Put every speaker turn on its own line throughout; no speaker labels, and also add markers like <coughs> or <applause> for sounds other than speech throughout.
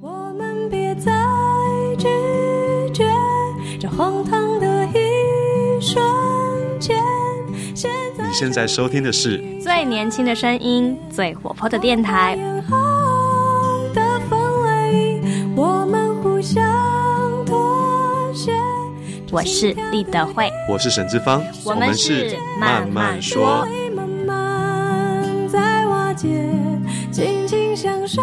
我们别再拒绝这荒唐的一瞬间。现在
你现在收听的是
最年轻的声音，最活泼的电台。
眼红的氛围，我们互相妥协。
我是立德惠，
我是沈志芳，
我们是慢慢说
所以慢慢在瓦解，尽情享受。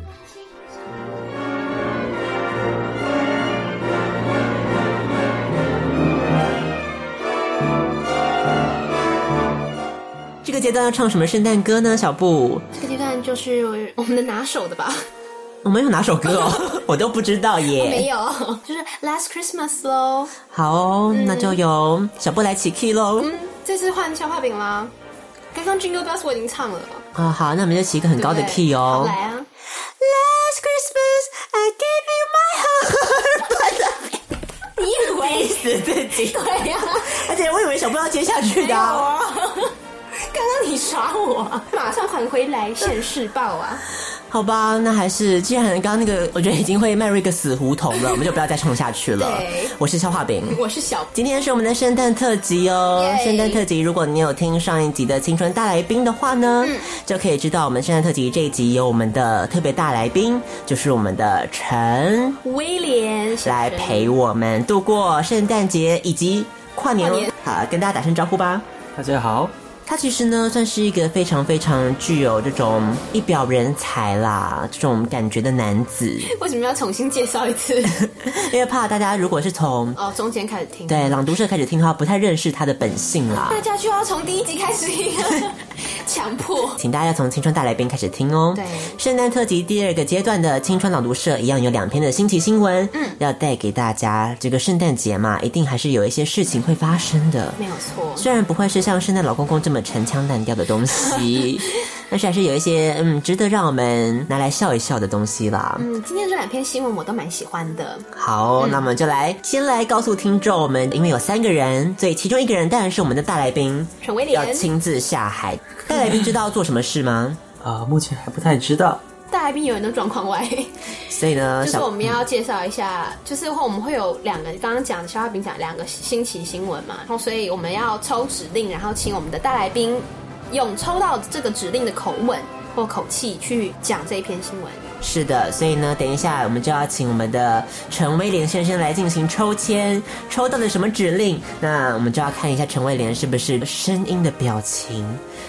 这个阶段要唱什么圣诞歌呢？小布，
这个阶段就是我们的拿手
<laughs>
的吧？
我们有哪首歌哦？ <laughs> 我都不知道耶。
没有，就是 Last Christmas 喽。
好哦，那就由小布来起 key 喽。
嗯，这次换消化饼啦。刚刚 Jingle Bells 我已经唱了，
啊、好，那我们就起一个很高的
对不对
key
好
哦。
来
<laughs>
啊，
Last Christmas I gave you my heart，
你以为？
死自己。 <laughs>
对啊哎呀、
而且我以为小布要接下去的啊、
<laughs> 刚刚你耍我，马上返回来现世报啊！
好吧，那还是既然刚刚那个，我觉得已经会迈入一个死胡同了，我们就不要再唱下去 <laughs> 了
对。
我是消化饼。
我是小
今天是我们的圣诞特辑哦，
耶
圣诞特辑，如果你有听上一集的《青春大来宾》的话呢，
嗯
就可以知道我们圣诞特辑这一集有我们的特别大来宾，就是我们的陈
威廉先生
来陪我们度过圣诞节以及跨年哦
跨年。
好，跟大家打声招呼吧。
大家好，
他其实呢，算是一个非常非常具有这种一表人才啦，这种感觉的男子，
为什么要重新介绍一
<laughs>
次？
因为怕大家如果是从
哦，中间开始听。
对啊朗读社开始听的话，不太认识他的本性啦。
大家就要从第一集开始听， <laughs> 强迫。
请大家从青春大来宾开始听哦。
对
圣诞特辑第二个阶段的青春朗读社一样有两篇的新奇新闻，嗯，要带给大家。这个圣诞节嘛，一定还是有一些事情会发生的。
没有错，
虽然不会是像圣诞老公公这么陈腔滥调的东西，
<laughs>
但是还是有一些嗯值得让我们拿来笑一笑的东西啦。
嗯，今天这两篇新闻我都蛮喜欢的。
好，那我们就来先来告诉听众们，因为有三个人，所以其中一个人当然是我们的大来宾
陈威
要
廉，
亲自下海。大来宾知道做什么事吗？
啊、目前还不太知道。
大来宾有人都状况外，
所以呢，
就是
小
我们 <laughs> 要介绍一下，就是我们会有两个，刚刚讲的肖亚斌讲两个新奇新闻嘛，然后所以我们要抽指令，然后请我们的大来宾用抽到这个指令的口吻或口气去讲这一篇新闻。
是的，所以呢，等一下我们就要请我们的陈威廉先生来进行抽签，抽到了什么指令？那我们就要看一下陈威廉是不是声音的表情，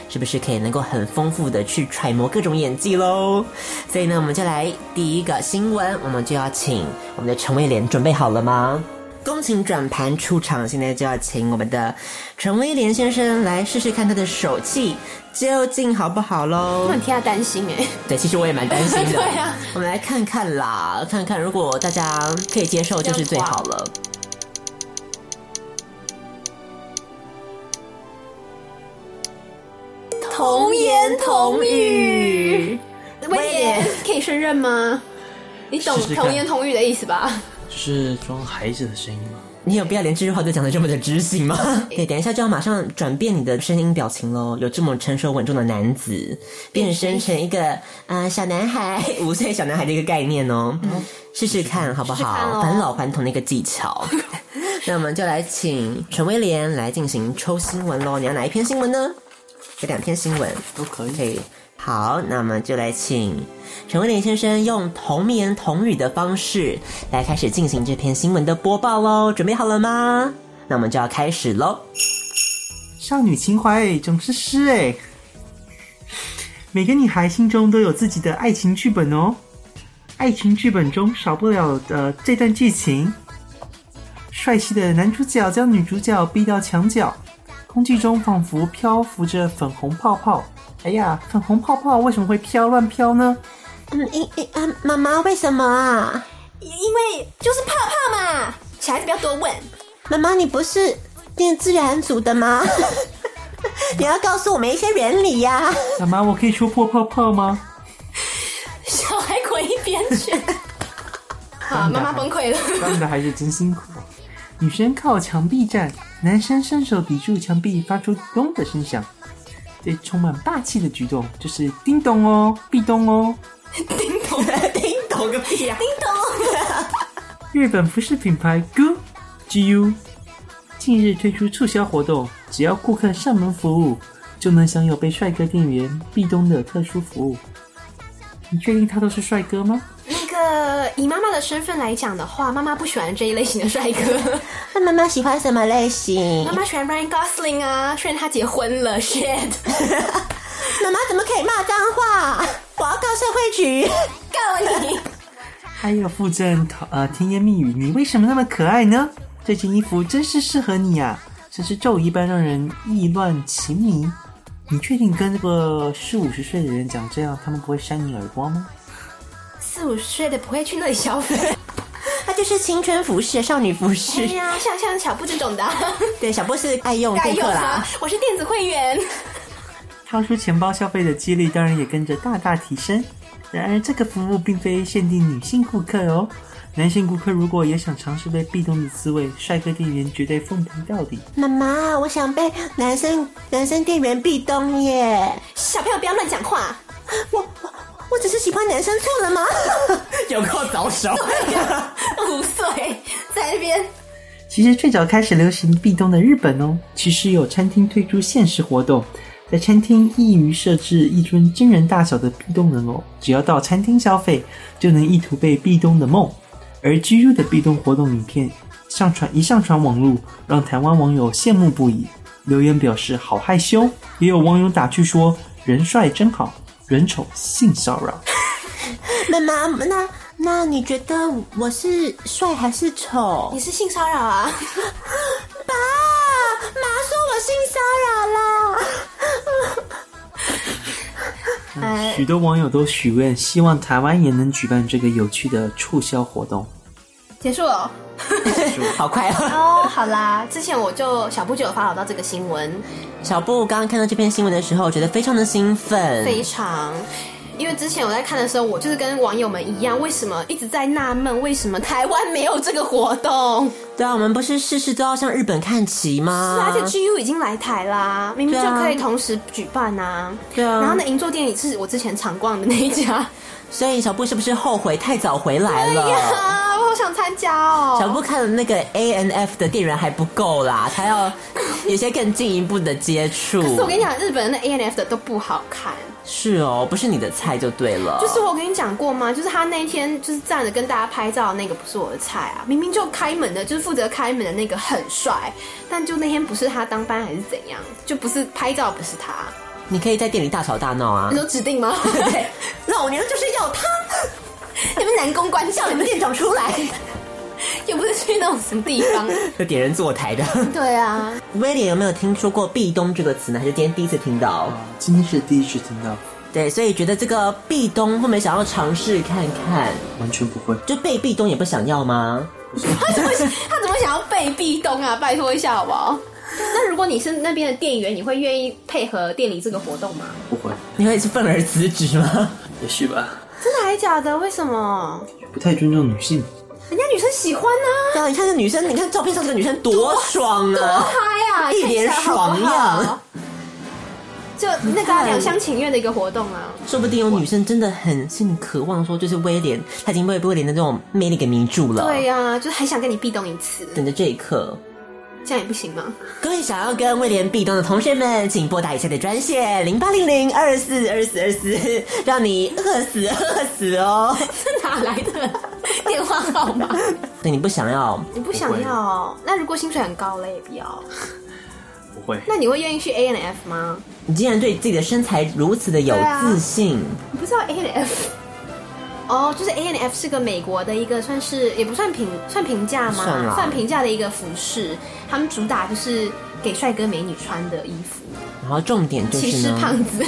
是不是可以能够很丰富的去揣摩各种演技喽。所以呢，我们就来第一个新闻，我们就要请我们的陈威廉准备好了吗？恭请转盘出场，现在就要请我们的陈威廉先生来试试看他的手气究竟好不好喽
我。 <laughs> 很替他担心哎、
对，其实我也蛮担心的。
<laughs> 对啊
我们来看看啦，看看如果大家可以接受，就是最好了。
童言童语，威
威廉
廉可以胜任吗？你懂
试试看
童言童语的意思吧？
就是装孩子的声音吗？
你有必要连这句话都讲的这么的知性吗？ <laughs> 对，等一下就要马上转变你的声音表情喽。有这么成熟稳重的男子，变身成一个呃小男孩， <laughs> 五岁小男孩的一个概念哦。试试看好不
试试看
好？
哦
返老还童的一个技巧。那我们就来请陈威廉来进行抽新闻喽。你要哪一篇新闻呢？有两篇新闻
都可以
可以。好，那我们就来请陈威廉先生用童言童语的方式来开始进行这篇新闻的播报喽。准备好了吗？那我们就要开始喽。
少女情怀总是诗哎，每个女孩心中都有自己的爱情剧本哦。爱情剧本中少不了的这段剧情：帅气的男主角将女主角逼到墙角，空气中仿佛漂浮着粉红泡泡。哎呀，粉红泡泡为什么会飘乱飘呢？
嗯，因因啊，妈妈为什么啊？
因为就是怕怕嘛，小孩子不要多问。
妈妈你不是念自然组的吗？ <laughs> 你要告诉我们一些原理呀、
妈妈，我可以戳破泡泡吗？
小孩滚一边 <laughs> 去！好，妈妈崩溃了。
他们的孩子真辛苦。女生靠墙壁站，男生伸手抵住墙壁，发出“咚”的声响。这充满霸气的举动就是“叮咚哦，壁咚哦
叮咚个屁啊呀、”。
日本服饰品牌 GU GU 近日推出促销活动，只要顾客上门服务，就能享有被帅哥店员壁咚的特殊服务。你确定他都是帅哥吗？
<laughs> 那个以妈妈的身份来讲的话，妈妈不喜欢这一类型的帅哥，
那妈妈喜欢什么类型
<laughs> 妈？妈喜欢 Ryan Gosling 啊，虽然他结婚了，shit， <laughs>
妈妈怎么可以骂脏话？我要告社会局！
告你！
还有附赠呃甜言蜜语，你为什么那么可爱呢？这件衣服真是适合你呀、像是咒语一般让人意乱情迷。你确定跟这个四五十岁的人讲这样，他们不会扇你耳光吗？
四五十岁的不会去那里消 <laughs> 费。
啊
它就是青春服饰、少女服
哎 <laughs>
饰。
呀，像像小布这种 <laughs> 的啊，
对，小波是爱用
该
顾
有
客
啊
啦。！
我是电子会员，
掏出钱包消费的几率当然也跟着大大提升。然而，这个服务并非限定女性顾客哦，男性顾客如果也想尝试被壁咚的滋味，帅哥店员绝对奉陪到底。
妈妈，我想被男生男生店员壁咚耶！
小朋友不要乱讲话。
我我我只是喜欢男生，错了吗？ <laughs>
有够早
<laughs>
熟。
五岁在那边，
其实最早开始流行壁咚的日本哦，其实有餐厅推出限时活动，在餐厅易于设置一尊真人大小的壁咚人偶，只要到餐厅消费，就能意图被壁咚的梦。而 GU 的壁咚活动影片上传一上传网络，让台湾网友羡慕不已，留言表示好害羞，也有网友打趣说人帅真好，人丑性骚扰。
妈妈，那那你觉得我是帅还是丑
你？是性骚扰啊？
爸，妈说我性骚扰啦！
哎，
许多网友都许愿，希望台湾也能举办这个有趣的促销活动。
结束了。
好快哦！
哦，好啦，之前我就小布就有发表到这个新闻，
小布刚刚看到这篇新闻的时候，觉得非常的兴奋。
非常。因为之前我在看的时候，我就是跟网友们一样，为什么一直在纳闷，为什么台湾没有这个活动？
对啊，我们不是事事都要向日本看齐吗？
是啊，而且 GU 已经来台啦，明明
对
就
啊
可以同时举办啊。
对啊
然后呢，银座店也是我之前常逛的那一家。
所以小布是不是后悔太早回来
<laughs> 哎
了？
呀，我好想参加哦。
小布看了那个 A N F 的店员还不够啦， <laughs> 他要有些更进一步的接触。
可是我跟你讲，日本人的 A N F 的都不好看。
是哦，不是你的菜就对了。
就是我跟你讲过吗？就是他那一天就是站着跟大家拍照的那个不是我的菜啊，明明就开门的，就是负责开门的那个很帅，但就那天不是他当班还是怎样，就不是拍照不是他，
你可以在店里大吵大闹啊 <laughs>
你。说指定吗？ <laughs> 对，
老娘就是要他！
<laughs> 你们南公关叫你们店长出来， <laughs> 又不是去那种什么地 <laughs> 方。
就点人坐 <laughs> 台的。
对啊，
威廉有没有听说过壁咚这个词呢？还是今天第一次听到？
今天是第一次听到，
对，所以觉得这个壁咚会不会想要尝试看看？
完全不会。
就被壁咚也不想要吗？
他怎么他怎么想要被壁咚啊？拜托一下好不好？那如果你是那边的店员，你会愿意配合店里这个活动吗？
不会，
你会是愤而辞职吗？
也许吧，
真的还假的？为什么？
不太尊重女性。
人家女生喜欢啊。
<laughs> 对啊，你看这女生，你看照片上这个女生多爽啊！
嗨呀、
一脸爽
看起来好
样
不好。就那个啊两厢情愿的一个活动啊，
说不定有女生真的很很渴望说，就是威廉，她已经被威廉的这种魅力给迷住了。
对呀、就是还想跟你壁咚一次，
等着这一刻。
这样也不行吗？
各位想要跟威廉壁咚的同学们，请拨打以下的专线零八零零二四二四二四，让你饿死饿死
<laughs>
哦！
这哪来的电话号码？
对你不想要，
你不想要？那如果薪水很高嘞，也不
<laughs>
要。
不会，
那你会愿意去 A N F 吗？
你竟然对自己的身材如此的有
对啊
自信，
你不知道 A N F？哦，就是 A N F 是个美国的一个算是也不算平算平价吗？
算啦
平价的一个服饰，他们主打就是给帅哥美女穿的衣服，
然后重点就
歧
是
视
呢，
啊胖子。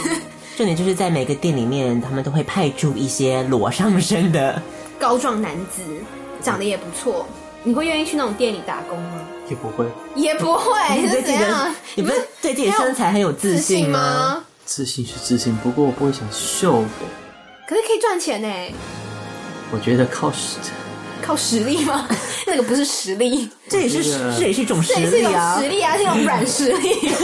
重点就是在每个店里面，他们都会派驻一些裸上身的。
高壮男子，长得也不错，你会愿意去那种店里打工吗？
也不会
也不会，
嗯你
是
对自
怎
己
样
的？，你不是对自己的身材很有自信吗？？
自信是自信，不过我不会想秀的。
可是可以赚钱呢，
我觉得靠实，
靠实力
<laughs>
吗？那个不是实力，
这也是
我觉得
这也是一种实
这也是一
力
种
啊
实，力啊，是一种软实力，
<laughs>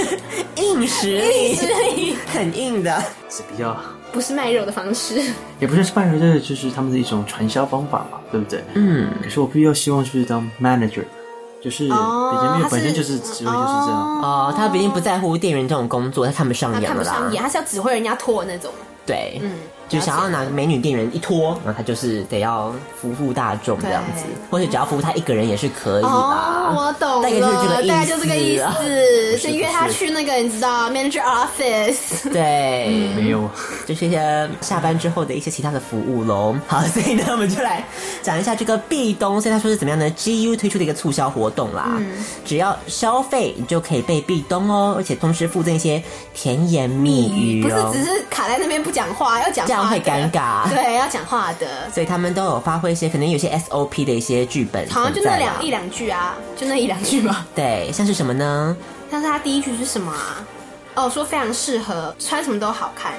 硬实
硬
力，
实力，
很硬的。
是比较，
不是卖肉的方式。
也不是是半这就是他们的一种传销方法嘛，对不对？
嗯，
可是我必须要希望就是当 manager，就是别人因为本身就是职位就是这样。
哦，他毕竟不在乎店员这种工作，他看不上
他
眼
看
了
不上
啦。
眼，他是要指挥人家拖的那种。
对，
嗯，
就想要
了
拿美女店员一拖，然后他就是得要服务大众这样子
对，
或者只要服务他一个人也是可以
解
啦。
哦，我懂了，
大概就是这个意思
大概就这个意
啊
思，是约他
不是
去那个你知道 manager office。
对，
没有，啊
就是一些下班之后的一些其他的服务喽。好，所以呢，我们就来讲一下这个壁咚。所以他说是怎么样呢？GU 推出的一个促销活动啦，
嗯
只要消费你就可以被壁咚哦，而且同时附赠一些甜言蜜语
嗯不是
哦，
只是卡在那边不讲话，要讲话
这样会
的
尴尬
对，要讲话的，
所以他们都有发挥一些可能有些 SOP 的一些剧本
好像就
存
那
在啦
两一两句啊，就那一两句 <laughs> 吧。
对，像是什么呢？
但是他第一句是什么啊？哦，说非常适合，穿什么都好看，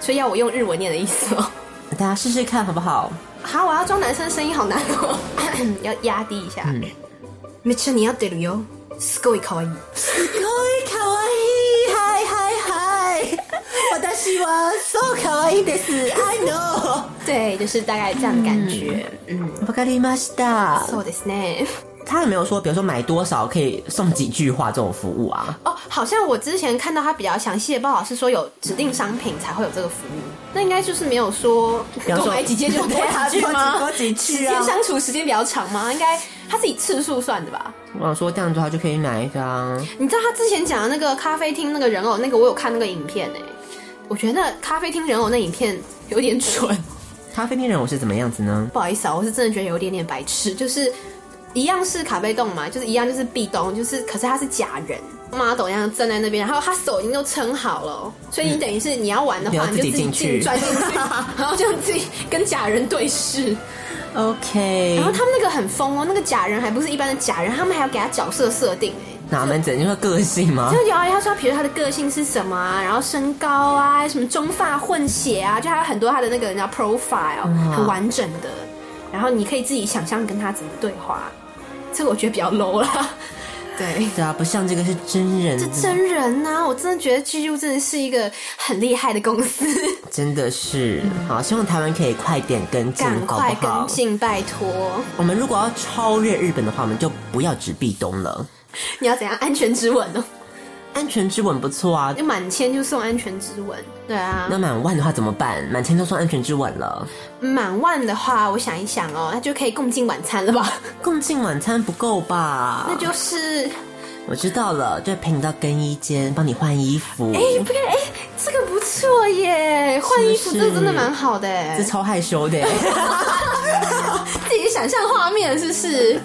所以要我用日文念的意思哦。 <laughs>
大家试试看好不好？
好，我要装男生，声音好难哦， <coughs> 要压低一下。めっちゃ似合ってるよ。すごい可愛い。
可愛い嗨嗨嗨！私はそう可愛いです。I know。
对，就是大概这样的感觉。嗯，
わかりました。
そうですね。
他有没有说，比如说买多少可以送几句话这种服务啊？
哦，好像我之前看到他比较详细的报道是说有指定商品才会有这个服务，那应该就是没有说
比方
多
说
买几件
<laughs>
<laughs> 就
对啊
多几句吗？
多几多几
时
句啊
间相处时间比较长吗？应该他是以次数算的吧？
我想说这样子的话就可以买一个啊。
你知道他之前讲的那个咖啡厅那个人偶，那个我有看那个影片哎、我觉得那咖啡厅人偶那影片有点蠢，
咖啡店人我是怎么样子呢？
不好意思啊，我是真的觉得有一点点白痴，就是一样是卡贝洞嘛，就是一样就是壁咚，就是可是他是假人。model 一样站在那边，然后他手已经都撑好了，哦所以你等于是你要玩的
嗯你要
话，你就
自己
自己
进去
进钻进去， <laughs> 然后就自己跟假人对视。
嗯 OK，
然后他们那个很疯哦，那个假人还不是一般的假人，他们还要给他角色设定哎、
哪门子？你说个性吗
就？有啊，他说，比如他的个性是什么啊，然后身高啊，什么中发混血啊，就还有很多他的那个人家 profile、很完整的，然后你可以自己想象跟他怎么对话，这个我觉得比较 low 啦。对，
对啊，不像这个是真人，
这真人呐、我真的觉得 GU 真的是一个很厉害的公司，
真的是好，希望台湾可以快点跟进，
嗯赶
好
快
不
跟
好？
进，拜托！
我们如果要超越日本的话，我们就不要只壁咚了。
你要怎样安全之吻哦？
安全之吻不错啊
就，满千就送安全之吻，对啊。
那满万的话怎么办？满千都算安全之吻了，
满万的话，我想一想哦，那就可以共进晚餐了吧？
共进晚餐不够吧？
那就是
我知道了，就陪你到更衣间，帮你换衣服。
哎、不对，哎、这个不错耶，换衣服
是
这个真的蛮好的欸哎
这，超害羞的耶，
自己想象画面是不是？啊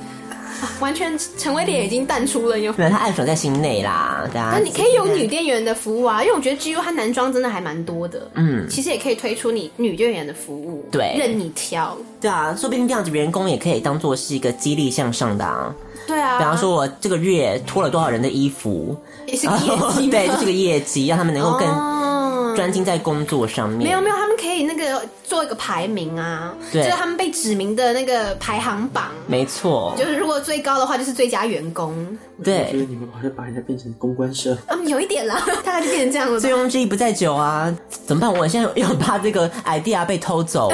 完全陈威廉已经淡出了哟。
<laughs> 没有他暗爽在心内啦，啊大家。
那你可以有女店员的服务啊，因为我觉得 GU 它男装真的还蛮多的，嗯，其实也可以推出你女店员的服务，
对
任你挑，
对啊，说不定这样子员工也可以当做是一个激励向上的啊。
对啊，
比方说，我这个月脱了多少人的衣服，
也 <laughs> 是
然
个业
后
绩
<laughs>
嘛，
对，就是个业绩，让他们能够更
哦
专心在工作上面。
没有没有，他们可以那个做一个排名啊，
对
就是他们被指名的那个排行榜，
没错，
就是如果最高的话就是最佳员工，
我觉
对，
得你们好像把人家变成公关社，
嗯，有一点啦， <laughs> 大概就变成这样了吧
醉。翁之意不在酒啊，怎么办？我现在有怕这个 idea 被偷走、
<laughs>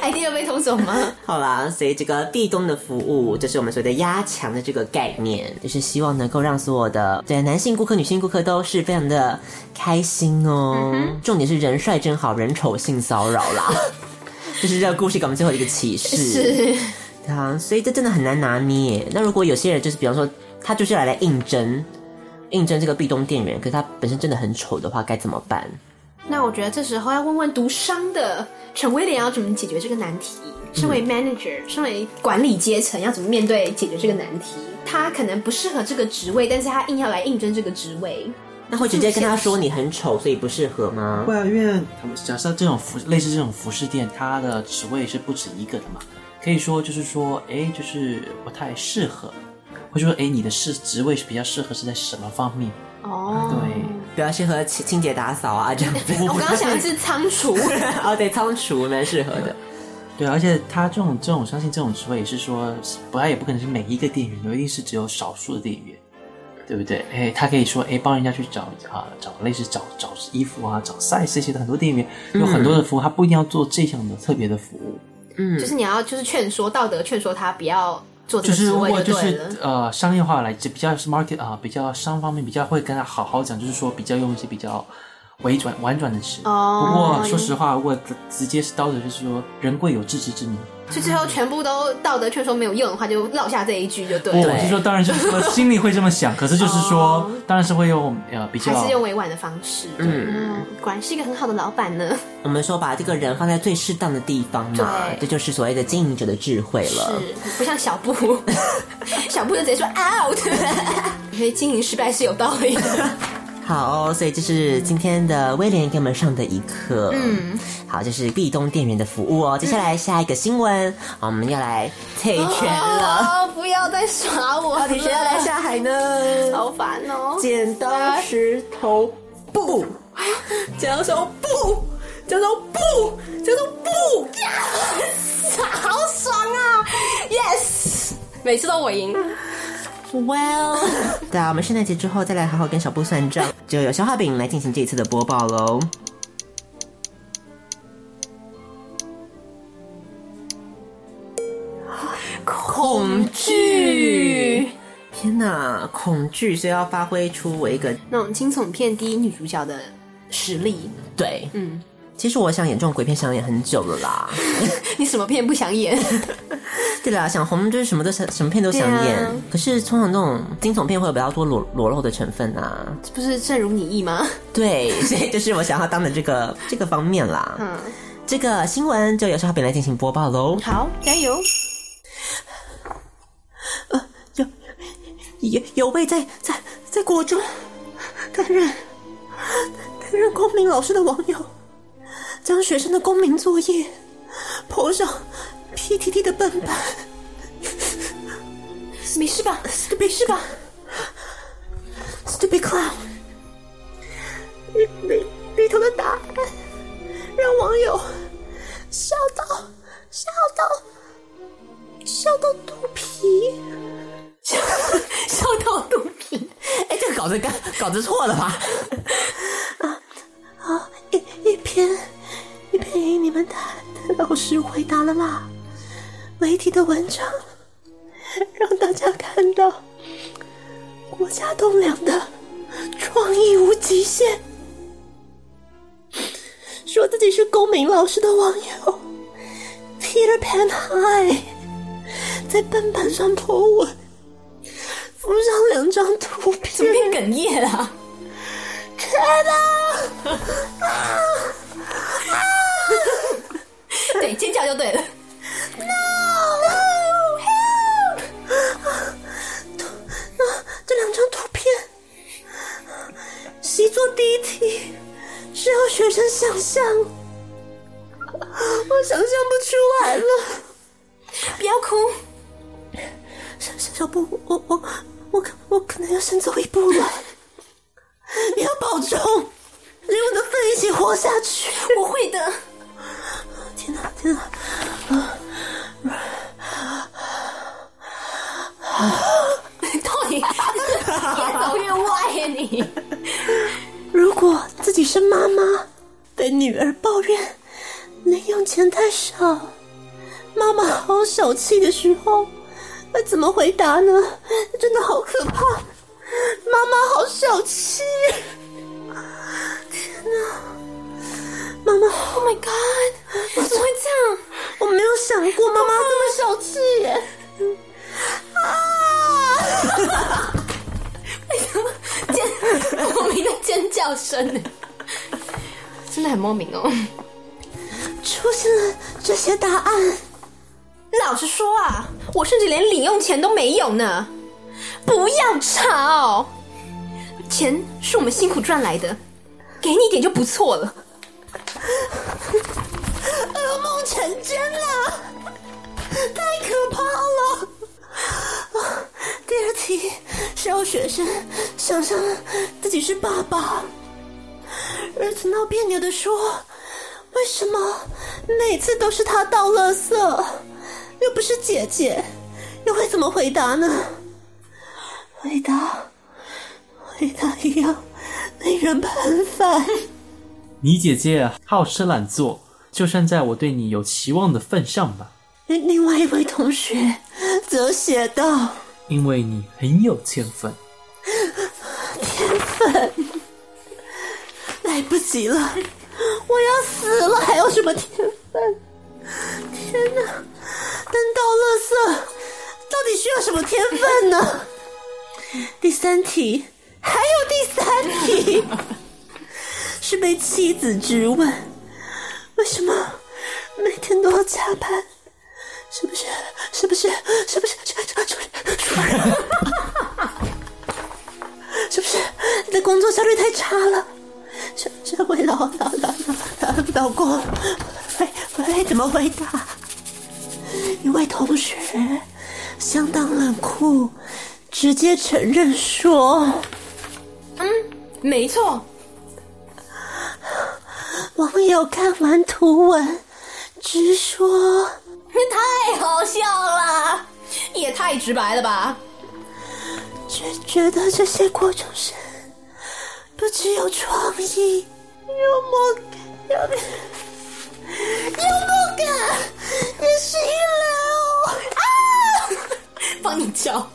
哎
idea 被偷走吗？
<laughs> 好啦，所以这个壁咚的服务，就是我们所谓的压强的这个概念，就是希望能够让所有的对男性顾客、女性顾客都是非常的开心
嗯
哦。重点是人帅真好，人丑性骚扰啦，
<laughs>
这是这个故事给我们最后一个启示。
是，
啊，所以这真的很难拿捏。那如果有些人就是，比方说他就是来来应征。应征这个壁咚店员，可是他本身真的很丑的话，该怎么办？
那我觉得这时候要问问读商的陈威廉要怎么解决这个难题。身
嗯
为 manager，、身为管理阶层，要怎么面对解决这个难题？他可能不适合这个职位，但是他硬要来应征这个职位，
那会直接跟他说你很丑，所以不适合吗？
会啊，因为他们假设这种服类似这种服饰店，它的职位是不止一个的嘛，可以说就是说，哎，就是不太适合，或者说，哎，你的是职位是比较适合是在什么方面？
哦，
对，
比较适合清清洁打扫啊这样子。
<laughs> 我刚刚想的是仓
<laughs>
储，
<laughs> 哦，对，仓储蛮适合的。
对，啊而且他这种这种相信这种职位也是说，不然也不可能是每一个店员，一定是只有少数的店员，对不对？哎，他可以说，哎，帮人家去找啊，找类似找找衣服啊，找 size 这些的，很多店员有很多的服务，他不一定要做这项的特别的服务，
嗯，
就是你要就是劝说道德劝说他不要做这
就
个
是
职
如
位
果就
对
是
了。
呃商业化来，就比较是 market 啊、比较商方面比较会跟他好好讲，就是说比较用一些比较委转婉转的词。
哦
不过说实话，如果直直接是刀的，就是说人贵有自知之明。
就最后全部都道德劝说没有用的话，就落下这一句就对
不，
了，
我是说，当然是说心里会这么想，可是就是说，当然是会用呃比较
还是用委婉的方式。嗯，果然是一个很好的老板呢。
我们说把这个人放在最适当的地方嘛，
对
这就是所谓的经营者的智慧了。
是，不像小布， <laughs> 小布就直接说 out，所以经营失败是有道理的。
好、所以这是今天的威廉给我们上的一课。嗯，好，这是壁咚店员的服务哦。接下来下一个新闻，好我们要来退权了。
哦，不要再耍我了，
<laughs> 到底谁要来下海呢？
好烦
<laughs>
哦！
剪刀石头布，剪刀石头布，剪刀布，剪刀布。
好爽啊！Yes，每次都我赢。
Well，对啊，我们圣诞节之后再来好好跟小布算账，就由消化饼来进行这一次的播报喽。恐惧，天哪，恐惧！所以要发挥出我一个
那种惊悚片第一女主角的实力，
对，
嗯，
其实我想演这种鬼片，想演很久了 <laughs> 啦。
你什么片不想演？ <laughs>
对啦，想红就是什么都想，什么片都想演。
对啊
可是通常这种惊悚片会有比较多裸裸露的成分啊。
这不是正如你意吗？
对，所以就是我想要当的这个这个方面啦。
嗯，
这个新闻就由小饼来进行播报喽。
好，加油！
有有位在在在国中担任担任公民老师的网友，将学生的公民作业泼上 PTT 的笨板，
没事吧？
没事吧？Stupid clown，里里头的答案让网友笑到笑到笑到肚皮。
笑到肚皮。
哎，这个稿子刚稿子错了吧？啊啊！一一篇一篇以你们的老师回答了啦，媒体的文章让大家看到国家栋梁的创意无极限，说自己是公民老师的网友 Peter Pan High 在笨板上泼我。附上两张图
怎么
片，
变哽咽了？天哪！对，尖叫就对了。 <laughs>
这两张图片，习作第一题是要学生想象，我想象不出来了。
不要哭，
小小小布，我我我可我可能要先走一步了，你要保重，连我的份一起活下去。
我会的。
天哪，天哪！
到底 <laughs> 越走越歪呀你？
如果自己是妈妈，被女儿抱怨零用钱太少，妈妈好小气的时候，那怎么回答呢？真的好可怕，妈妈好小气！天哪，妈妈，Oh my God！
怎么会这样？
我没有想过妈妈这么小气耶。
尖莫名的尖叫声呢，真的很莫名哦。
出现了这些答案，
老实说啊，我甚至连零用钱都没有呢。不要吵，钱是我们辛苦赚来的，给你一点就不错了。噩梦成真了，太可怕了！第二题，小学生想象自己是爸爸，儿子闹别扭的说：“为什么每次都是他倒垃圾，又不是姐姐？”又会怎么回答呢？回答，回答一样令人喷饭。
你姐姐好吃懒做，就算在我对你有期望的份上吧，
另另外一位同学则写道
因为你很有天分。：“
来不及了，我要死了，还有什么天分？天哪，登到垃圾到底需要什么天分呢？”第三题，还有第三题，是被妻子质问：为什么每天都要加班？是不是？是不是？是不是？是是是是不是？是不是你的工作效率太差了？这这位老老老老老公，会会怎么回答？一位同学相当冷酷，直接承认说：“嗯，没错。”网友看完图文，直说：“太好笑了，也太直白了吧！”觉觉得这些国中生不只有创意、幽默、幽默、幽默感，也是一流啊！帮你叫。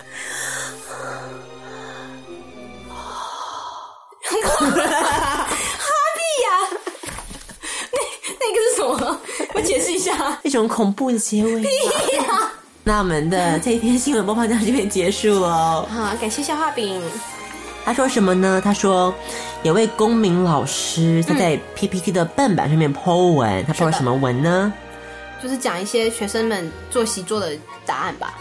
哈屁呀！那那个是什么？我解释一下。
一种恐怖的结尾。那我们的这一篇新闻播报到这边结束喽。
好，感谢消化饼。
他说什么呢？他说有位公民老师他在 PPT 的笨板上面 Po 文，他 Po 了什么文呢？
就是讲一些学生们做习作的答案吧。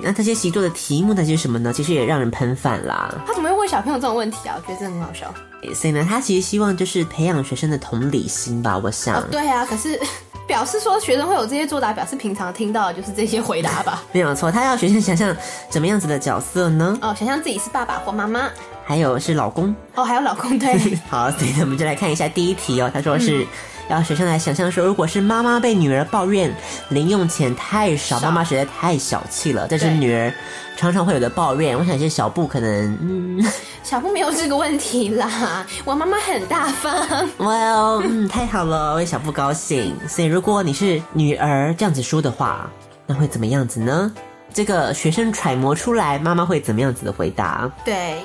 那这些习作的题目那些什么呢？其实也让人喷饭啦。
他怎么会问小朋友这种问题啊？我觉得这很好笑。
所以呢，他其实希望就是培养学生的同理心吧，我想。
哦，对啊，可是表示说学生会有这些作答，表示平常听到的就是这些回答吧。
没有错，他要学生想象怎么样子的角色呢？
<laughs> 哦，想象自己是爸爸或妈妈。
还有是老公。
哦，还有老公 <laughs> 对
好，所以呢我们就来看一下第一题哦。他说是要学生来想象说，如果是妈妈被女儿抱怨零用钱太少，妈妈实在太小气了，这是
对
女儿常常会有的抱怨。我想一些小布可能，嗯
小布没有这个问题啦，我妈妈很大方。
，well，嗯，太好了，为小布高兴。所以如果你是女儿这样子说的话，那会怎么样子呢？这个学生揣摩出来，妈妈会怎么样子的回答？
对，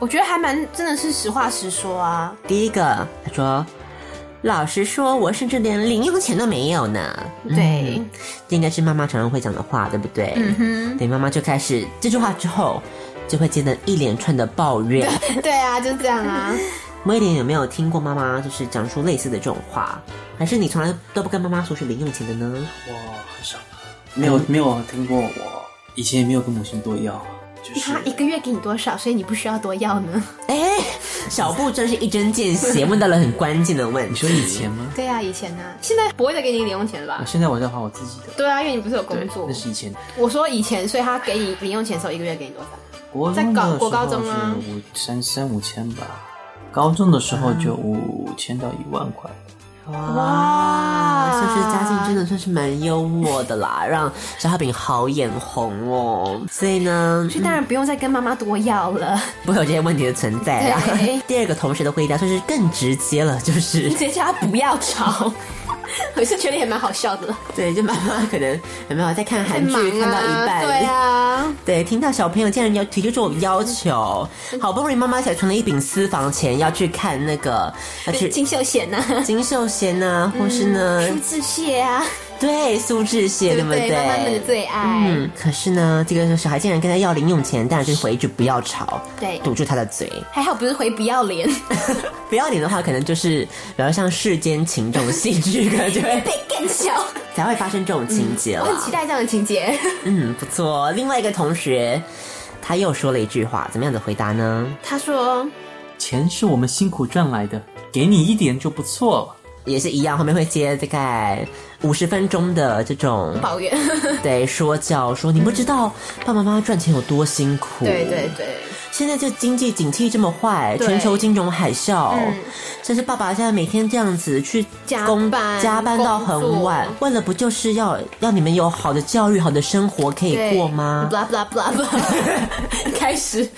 我觉得还蛮真的是实话实说啊。
第一个，他说：“老实说，我甚至连零用钱都没有呢。”
对
嗯这应该是妈妈常常会讲的话，对不对？嗯哼，对，妈妈就开始这句话之后，就会接着一连串的抱 <laughs> 怨。
<laughs> 对啊，就是这样啊。
威廉有没有听过妈妈就是讲出类似的这种话？还是你从来都不跟妈妈说是零用钱的呢？
我很少，没有没有听过我，以前也没有跟母亲多要，啊就
<laughs>
是
他一个月给你多少，所以你不需要多要呢。
哎，小布真是一针见血，问到了很关键的问
你
题。
说以前吗？
<laughs> 对啊，以前呢、现在不会再给你零用钱了
啊，
吧？
现在我在花我自己的，
对啊，因为你不是有工
对，
作
那。是以前。
我说以前，所以他给你零用钱的时候，一个月给你多少？
国
在
中
搞
的时候
国高中啊
是五三三五千吧，高中的时候就五千到一万块。
<laughs> 哇，算是家境真的算是蛮幽默的 <laughs> 啦，让小画饼好眼红哦。所以呢，
所以当然不用再跟妈妈多要了，
不会有这些问题的存在啦
对。
<laughs> 第二个同学的回答算是更直接了，就是
<laughs> 直接叫他不要吵。 <laughs> 我是觉得也蛮好笑的了，
对，就妈妈可能有没有在看韩剧、
忙
看到
啊
一半，
对啊，
对，听到小朋友竟然要提出这种要求，好不容易妈妈才存了一笔私房钱要去看那个，要去
<laughs> 金秀贤啊呐、
金秀贤呐、或是呢，
<laughs> 朱志燮啊，
对苏志燮，
对
不
不对？妈妈们的最爱。
嗯，可是呢，这个小孩竟然跟他要零用钱，当然就是回一句不要吵，
对
堵住他的嘴。
还好不是回不要脸， <laughs>
不要脸的话，可能就是比如像世间情这种戏剧，可能就会
被更小。
<laughs> 才会发生这种情节
我
了。
很期待这样的情节。 <laughs>
嗯，不错。另外一个同学他又说了一句话，怎么样的回答呢？
他说：“
钱是我们辛苦赚来的，给你一点就不错了。
也是一样，后面会接大概五十分钟的这种 <laughs>
抱怨。
对说教，说你不知道爸爸妈妈赚钱有多辛苦。
对对对，
现在这经济景气这么坏，
对
全球金融海啸
嗯，
甚至爸爸现在每天这样子去
加
工
班
加班到很晚
工，
为了不就是要让你们有好的教育、好的生活可以
对
过吗？
？blah blah blah blah，开
<laughs>
始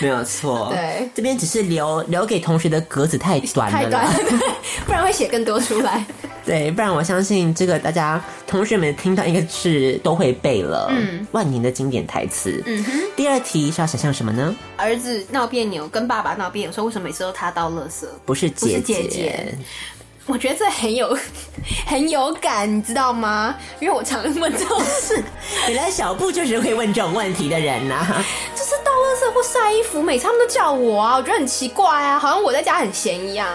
没有错，
对
这边只是留留给同学的格子太短了啦，
太短了，对 <laughs> 不然会写更多出来。
对，不然我相信这个大家同学们听到应该是都会背了，嗯，万年的经典台词。嗯哼，第二题是要想象什么呢？
儿子闹别扭，跟爸爸闹别扭，说为什么每次都他倒垃圾？
不是姐
不是姐姐我觉得这很有 <laughs> 很有感，你知道吗？因为我常问这种事，
原来小布就是会问这种问题的人呐、 <laughs>
就是倒垃圾或晒衣服，每次他们都叫我啊，我觉得很奇怪啊，好像我在家很闲一样。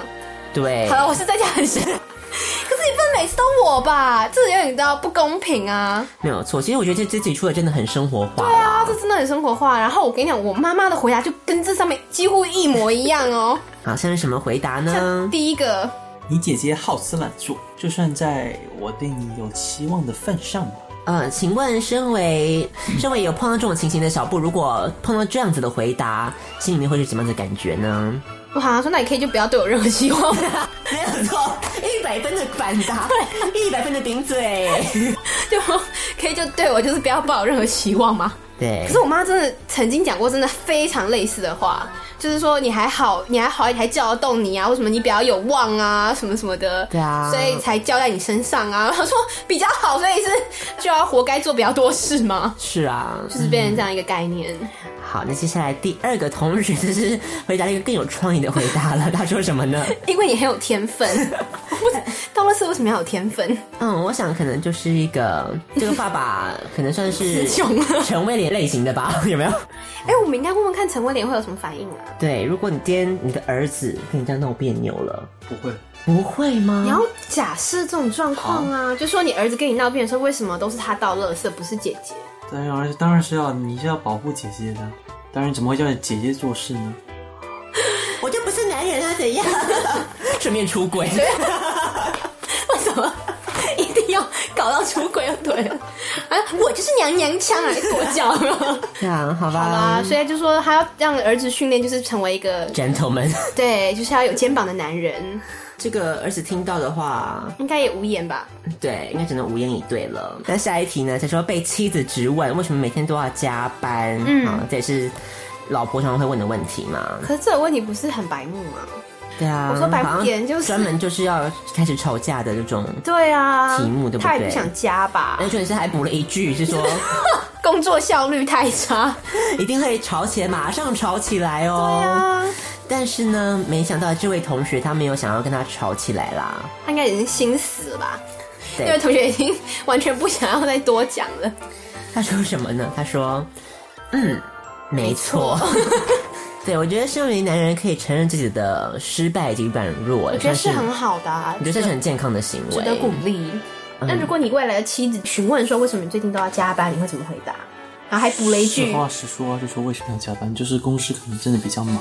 对
好，了，我是在家很闲，可是 <laughs> 你不能每次都我吧？这有点到不公平啊！
没有错。其实我觉得这这题出的真的很生活化。
对啊，这真的很生活化。然后我跟你讲，我妈妈的回答就跟这上面几乎一模一样哦。
好，下面什么回答
像
呢？
第一个，
你姐姐好吃懒做，就算在我对你有期望的份上吧。
呃，请问，身为身为有碰到这种情形的小布，如果碰到这样子的回答，心里面会是什么样的感觉呢？
我好像说，那你可以就不要对我任何期望。
<laughs>
<laughs>
没有错，一百分的反答，一百分的顶嘴。
就可以就对我就是不要抱有任何期望嘛。
对
可是，我妈真的曾经讲过，真的非常类似的话，就是说你还好，你还好，你还叫得动你啊，为什么你比较有望啊，什么什么的，
对啊
所以才交在你身上啊。然 <laughs> 后说比较好，所以是就要活该做比较多事嘛，
是啊。
就是变成这样一个概念。
嗯好，那接下来第二个同学就是回答了一个更有创意的回答了。他说什么 <laughs> 呢？
因为你很有
<laughs>
天分，我不知到了是为什么要有天分？
嗯，我想可能就是一个这个爸 <laughs> 爸可能算是
词穷了
<laughs> 陈威廉类型的吧， <laughs> 有没有？
哎、我们应该问问看陈威廉会有什么反应啊？
对，如果你今天你的儿子跟你这样闹别扭了，
不会，
不会吗？ <laughs>
你要假设这种状况啊，就说你儿子跟你闹别扭的时候，为什么都是他倒垃圾，不是姐姐？
当然当然是要你是要保护姐姐的，当然怎么会叫姐姐做事呢？
我就不是男人啊，怎样？顺便出轨，
为什么一定要搞到出轨就对了？啊，我就是娘娘腔啊，你跺脚了。
这样好吧？
好啦，所以就说他要让儿子训练，就是成为一个
，gentlemen，
对，就是要有肩膀的男人，
这个儿子听到的话，
应该也无言吧？
对，应该只能无言以对了。那下一题呢？他说被妻子质问为什么每天都要加班，嗯，啊、这也是老婆常常会问的问题嘛。
可是这个问题不是很白目吗？
对啊，
我说白
好
不
像
点就是
专门就是要开始吵架的这种。
对啊，
题目对不对哎
他也不想加吧
而？且是还补了一句，是
<laughs>
说
工作效率太差。
一定会吵起来，马上吵起来哦。
对啊，
但是呢，没想到这位同学他没有想要跟他吵起来啦。
他应该已经心死了吧？
对
因为同学已经完全不想要再多讲了。
他说什么呢？他说：“嗯，没错。 <laughs> 对，我觉得身为男人可以承认自己的失败以及软弱，
我觉得是
算
很，好的、啊，
我觉得这是很健康的行为，
值得鼓励。那如果你未来的妻子询问说为什么你最近都要加班，你会怎么回答？然后还补了一
实
句，
话实说，就说为什么要加班？就是公司可能真的比较忙，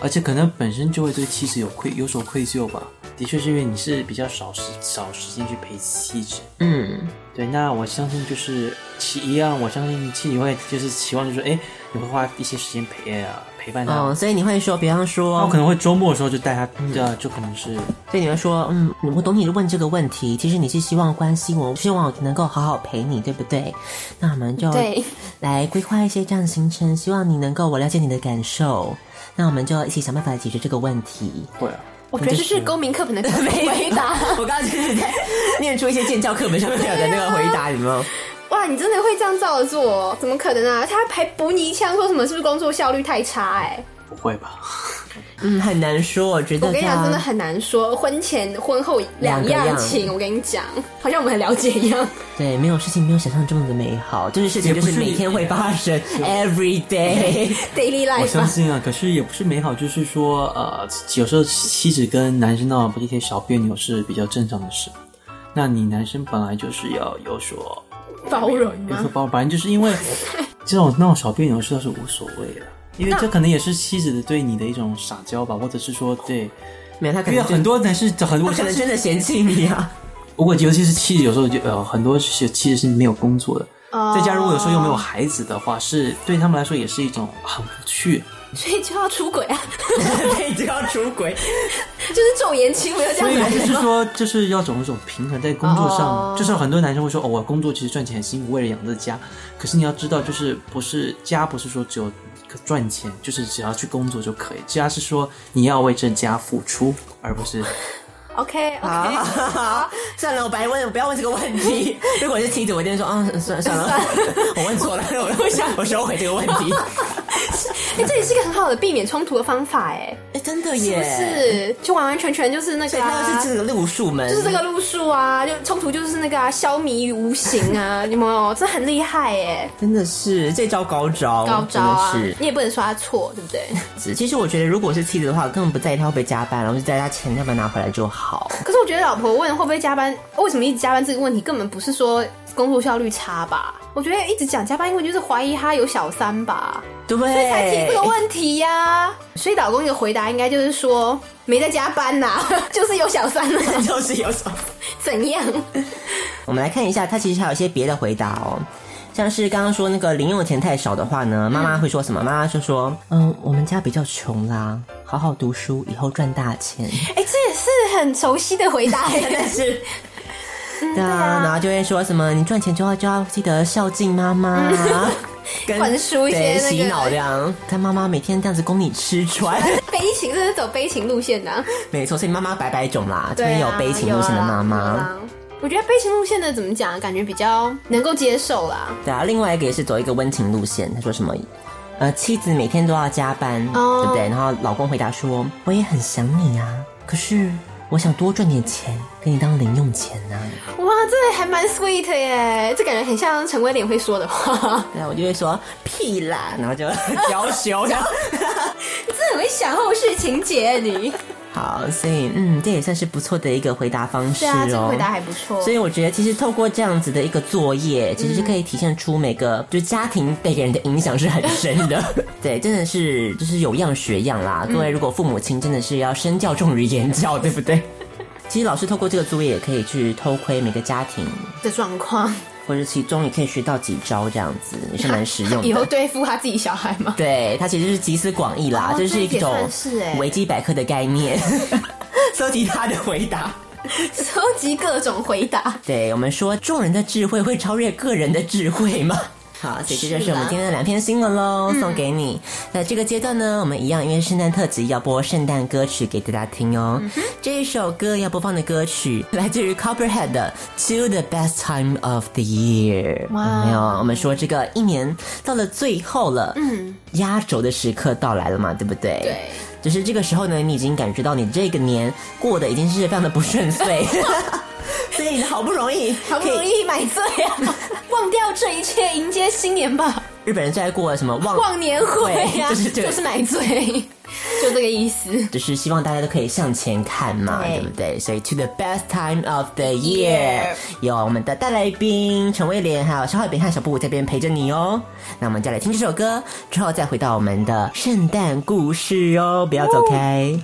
而且可能本身就会对妻子有愧有所愧疚吧。的确是因为你是比较少时少时间去陪妻子。
嗯，
对，那我相信就是其一样，我相信妻子会就是期望就是哎，你会花一些时间陪啊陪
嗯
伴她。
哦，所以你会说，比方
那
说
我可，能会周末的时候就带她，对啊，就可能是
所以你会说，嗯，我懂你问这个问题，其实你是希望关心我，希望我能够好好陪你，对不对？那我们就
对
来规划一些这样的行程，希望你能够我了解你的感受，那我们就一起想办法解决这个问题。
会啊。
<laughs> 我觉得这是公民课本的回答。
<laughs> 我刚刚就是在念出一些建教课本上面有的那个回答，有没有？
<laughs> 哇，你真的会这样照着做？怎么可能啊？他还补你一枪，说什么是不是工作效率太差、哎，
不会吧？
<laughs> 嗯，很难说，我觉得
我跟你讲，
他
真的很难说，婚前婚后两样情。我跟你讲，好像我们很了解一 <laughs> 样。
对，没有事情没有想象中的美好，就是事情
也
就
不
是
是
每天会发 <laughs> 生，every day。
Daily
哎
life
我相
吧，
信啊，可是也不是美好，就是说，呃，有时候妻子跟男生闹一些小别扭是比较正常的事。那你男生本来就是要有所
包容
有
吗
<laughs>
所？包容，反正就是因为这种闹小别扭的事倒是无所谓的。因为这可能也是妻子的对你的一种撒娇吧，或者是说对，
<laughs> 没有他可
因为
能
很
<laughs> 真，
多男是很多
他可能真的嫌弃你 <laughs> 啊。
如果尤其是妻子，有时候就呃，很多是妻子是没有工作的，
哦
在家如果有时候又没有孩子的话，是对他们来说也是一种很无
<laughs>
趣。
所以就要出轨啊， <laughs>
对，就要出轨，
就是重言轻没有这
所
样
以
的
我就
人
是
吗？
说，就是要找一种平衡，在工作上，
哦
就是很多男生会说，哦，我工作其实赚钱很辛苦，为了养着家。可是你要知道，就是不是家不是说只有赚钱，就是只要去工作就可以，家是说你要为这家付出，而不是
OK OK，
啊，算了，我白问，不要问这个问 <laughs> 题。如果是妻子，我一定说，嗯，算了算 <laughs> 了，我问错了，我我想我收回这个问题。
<laughs> 哎、这也是一个很好的避免冲突的方法哎、
<laughs> 哎，真的
不
耶，，
是就完完全全就是那
所
个、
以
啊，
他就是这个路数门，
就是这个路数啊，就冲突就是那个啊，消弭于无形啊， <laughs> 有没有？这很厉害耶，
真的是这招高招，
高招啊
真的！
你也不能说他错，对不对？
是。其实我觉得，如果是妻子的话，根本不在意他会不会加班，然后就在意他钱要不要拿回来就好。
可是我觉得老婆问会不会加班，为什么一直加班这个问题，根本不是说工作效率差吧？我觉得一直讲加班，因为就是怀疑他有小三吧，
对，
所以才提这个问题呀、所以老公的回答应该就是说没在加班呐、 <laughs> 就是有小三了， <laughs>
就是有什么。
怎样？
我们来看一下，他其实还有一些别的回答哦，像是刚刚说那个零用钱太少的话呢，妈妈会说什么？妈妈就说，嗯，我们家比较穷啦，好好读书，以后赚大钱。
哎、这也是很熟悉的回 <laughs> 答耶，但是。
对啊，然后就会说什么，你赚钱就要就要记得孝敬妈
<laughs>
妈。跟
灌输一些
对
那个
嗯洗脑这样，他妈妈每天这样子供你吃穿，
悲情，这是走悲情路线的、啊。
没错，所以妈妈百百种啦，这
对、啊，
边有悲情路线的妈
有啊有
妈，
啊我觉得悲情路线的怎么讲，感觉比较能够接受啦。
对啊，另外一个也是走一个温情路线，他说什么？呃，妻子每天都要加班，
哦
对不对？然后老公回答说：“我也很想你啊，可是我想多赚点钱给你当零用钱啊。
哇，这还蛮 sweet 耶，这感觉很像陈威廉会说
<laughs>
的话”。
对啊，我就会说屁啦， <laughs> 然后就娇羞
<laughs>
这样。
你真的很会想后续情节，你。
好，所以嗯，这也算是不错的一个回答方式
对啊，这个
哦
回。答还不错。
所
以
以我觉得，其实透过这样子的一个作业，其实是可以体现出每个就家庭对人的影响是很深的。嗯 <laughs> 对，真的是就是有样学样啦。各位，如果父母亲真的是要身教重于言 <laughs> 教，对不对？其实老师透过这个作业也可以去偷窥每个家庭，
的状况，
或者其中也可以学到几招，这样子也是蛮实 <laughs> 用
以后
的。
对付他自己小孩
<laughs>
吗？
对，它其实是集思广益啦，
哦
这是一哎
这也
种
算是欸
维基百科的概 <laughs> 念，搜集他的回答。
收集各种回答。
对我们说，众人的智慧会超越个人的智慧吗？ <laughs> 好，所以这就是我们今天的嗯两篇新闻喽，送给你。那这个阶段呢，我们一样，因为圣诞特辑要播圣诞歌曲给大家听哦。这一首歌要播放的歌曲来自于 Copperhead 的《To the Best Time of the Year》。
哇
有没有？我们说这个一年到了最后了，嗯，压轴的时刻到来了嘛，对不对？
对。
就是这个时候呢，你已经感觉到你这个年过得已经是非常的不顺
<laughs>
遂，所以你好不容易，
好不容
可以。
易买醉
<laughs>
啊，忘掉这一切，迎接新年吧。
日本人最爱过什么忘
忘年会呀、
哦对就是这个
就是买醉，就这个意思。
就是希望大家都可以向前看嘛，对
对
不对？所以 to the best time of the year，有我们的大来宾陈威廉，还有小海饼和小布布这边陪着你哦。那我们就来听这首歌，之后再回到我们的圣诞故事哦，不要走开。